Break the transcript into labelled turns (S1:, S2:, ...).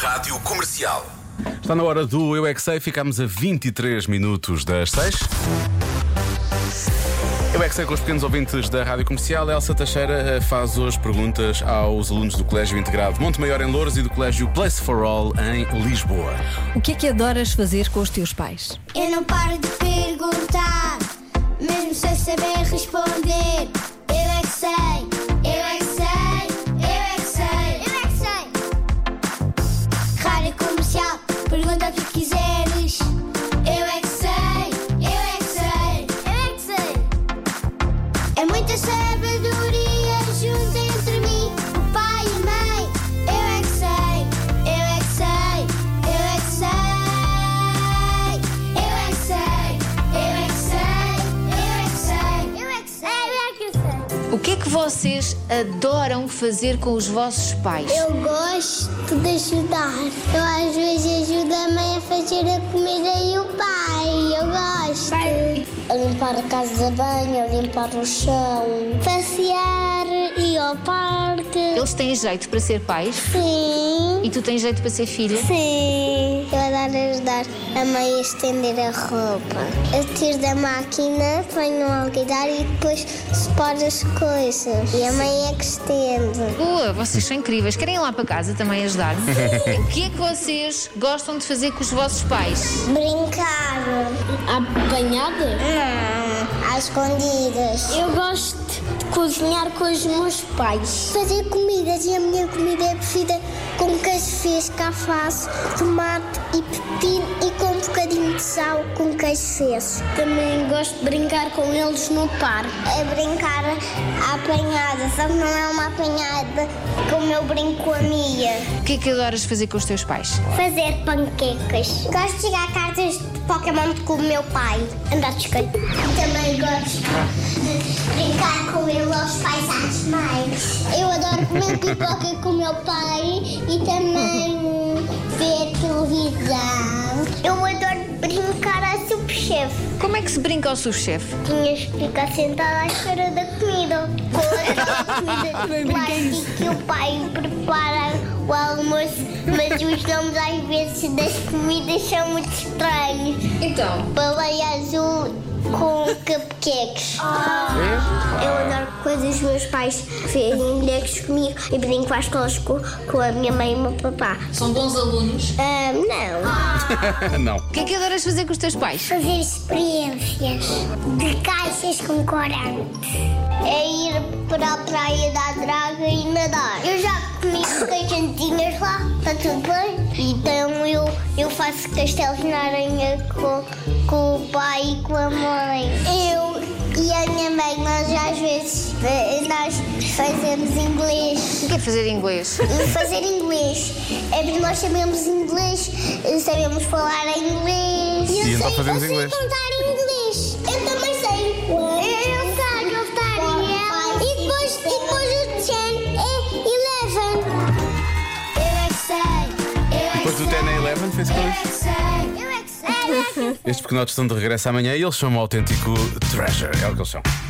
S1: Rádio Comercial.
S2: Está na hora do Eu é que sei, ficámos a 23 minutos das 6. Eu é que sei com os pequenos ouvintes da Rádio Comercial, Elsa Teixeira eh, faz hoje perguntas aos alunos do Colégio Integrado Monte Maior em Louros e do Colégio Place for All em Lisboa.
S3: O que é que adoras fazer com os teus pais?
S4: Eu não paro de perguntar, mesmo sem saber responder. Eu é que sei, eu é que sei, eu é que sei, eu é que sei. Rádio comercial, pergunta o que quiseres. Eu é que sei, eu é que sei, eu é que sei. É muita sabedoria junto entre mim, o pai e a mãe. Eu é que sei, eu é que sei, eu é que sei. Eu é que sei, eu é que sei, eu é que sei, eu é que sei, eu é que sei.
S5: O que é que vocês adoram fazer com os vossos pais?
S4: Eu gosto de ajudar. Eu às vezes ajudo a mãe a fazer a comida e o pai. Eu gosto. A limpar a casa de banho, a limpar o chão. Passear, ir ao parque.
S5: Eles têm jeito para ser pais
S4: Sim.
S5: e tu tens jeito para ser filha?
S4: Sim. Eu adoro ajudar a mãe a estender a roupa. Eu tiro da máquina, ponho o alguidar e depois separo as coisas. E a mãe é que estende.
S5: Boa, vocês são incríveis. Querem ir lá para casa também ajudar? o que é que vocês gostam de fazer com os vossos pais?
S4: Brincar. Apanhadas? Não. Às escondidas. Eu gosto de cozinhar com os meus pais. Fazer comidas e a minha comida é preferida com queijo fresco, alface, tomate e pepino e com um bocadinho de sal com queijo fresco. Também gosto de brincar com eles no parque. É brincar a apanhada, só que não é uma apanhada como eu brinco com a minha.
S5: O que é que adoras fazer com os teus pais?
S4: Fazer panquecas. Gosto de jogar cartas de Pokémon com o meu pai. Andar de skate. Também gosto de brincar com ele aos pais às mães. Eu adoro comer pipoca com o meu pai e também ver televisão. Eu adoro brincar a subchefe.
S5: Como é que se brinca ao subchefe?
S4: Tinhas que ficar sentada à espera da comida. Com aquela comida de plástico que o pai prepara o almoço, mas os nomes às vezes das comidas são muito estranhos.
S5: Então,
S4: Baleia azul com cupcakes. É? Eu adoro quando os meus pais fazem leques comigo e brinco às escolas com, com a minha mãe e o meu papá.
S5: são bons alunos.
S4: Ah, não.
S2: Não.
S5: O que é que adoras fazer com os teus pais?
S4: fazer experiências de caixas com corante. É ir para a praia da draga e nadar. Eu já comi queijantinhas lá, está tudo bem? Então eu, eu faço castelos na aranha com, com o pai e com a mãe. Eu e a minha mãe, nós às vezes eh, nós fazemos inglês
S5: O que é fazer inglês?
S4: fazer inglês. É porque nós sabemos inglês, sabemos falar inglês.
S2: E então fazemos inglês.
S4: contar inglês. Eu também sei. Eu sei contar e depois, e depois o Jen é eleven. Eu é que sei. Eu
S2: Depois do 10 a 11 fez com isso.
S4: sei. Eu é que sei.
S2: Estes pequenotes estão de regresso amanhã e eles são um autêntico treasure. É o que eles são.